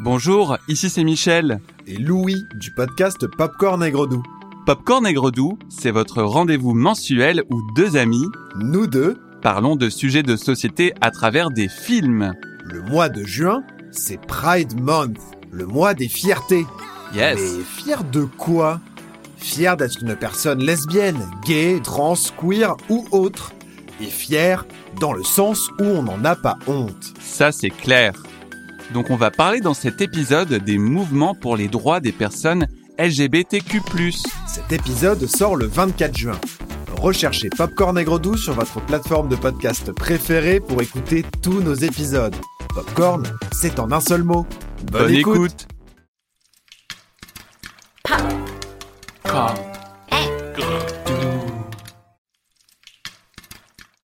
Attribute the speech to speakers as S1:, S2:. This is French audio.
S1: Bonjour, ici c'est Michel.
S2: et Louis du podcast Popcorn et Gredou.
S1: Popcorn et Gredou, c'est votre rendez-vous mensuel où deux amis
S2: Nous deux,
S1: parlons de sujets de société à travers des films.
S2: le mois de juin, c'est Pride Month, le mois des fiertés.
S1: Yes.
S2: Mais fier de quoi Fier d'être une personne lesbienne, gay, trans, queer ou autre. Et fier dans le sens où on n'en a pas honte.
S1: Ça c'est clair. Donc on va parler dans cet épisode des mouvements pour les droits des personnes LGBTQ+.
S2: Cet épisode sort le 24 juin. Recherchez Popcorn et Gredou sur votre plateforme de podcast préférée pour écouter tous nos épisodes. Popcorn, c'est en un seul mot.
S1: Bonne écoute. Pop.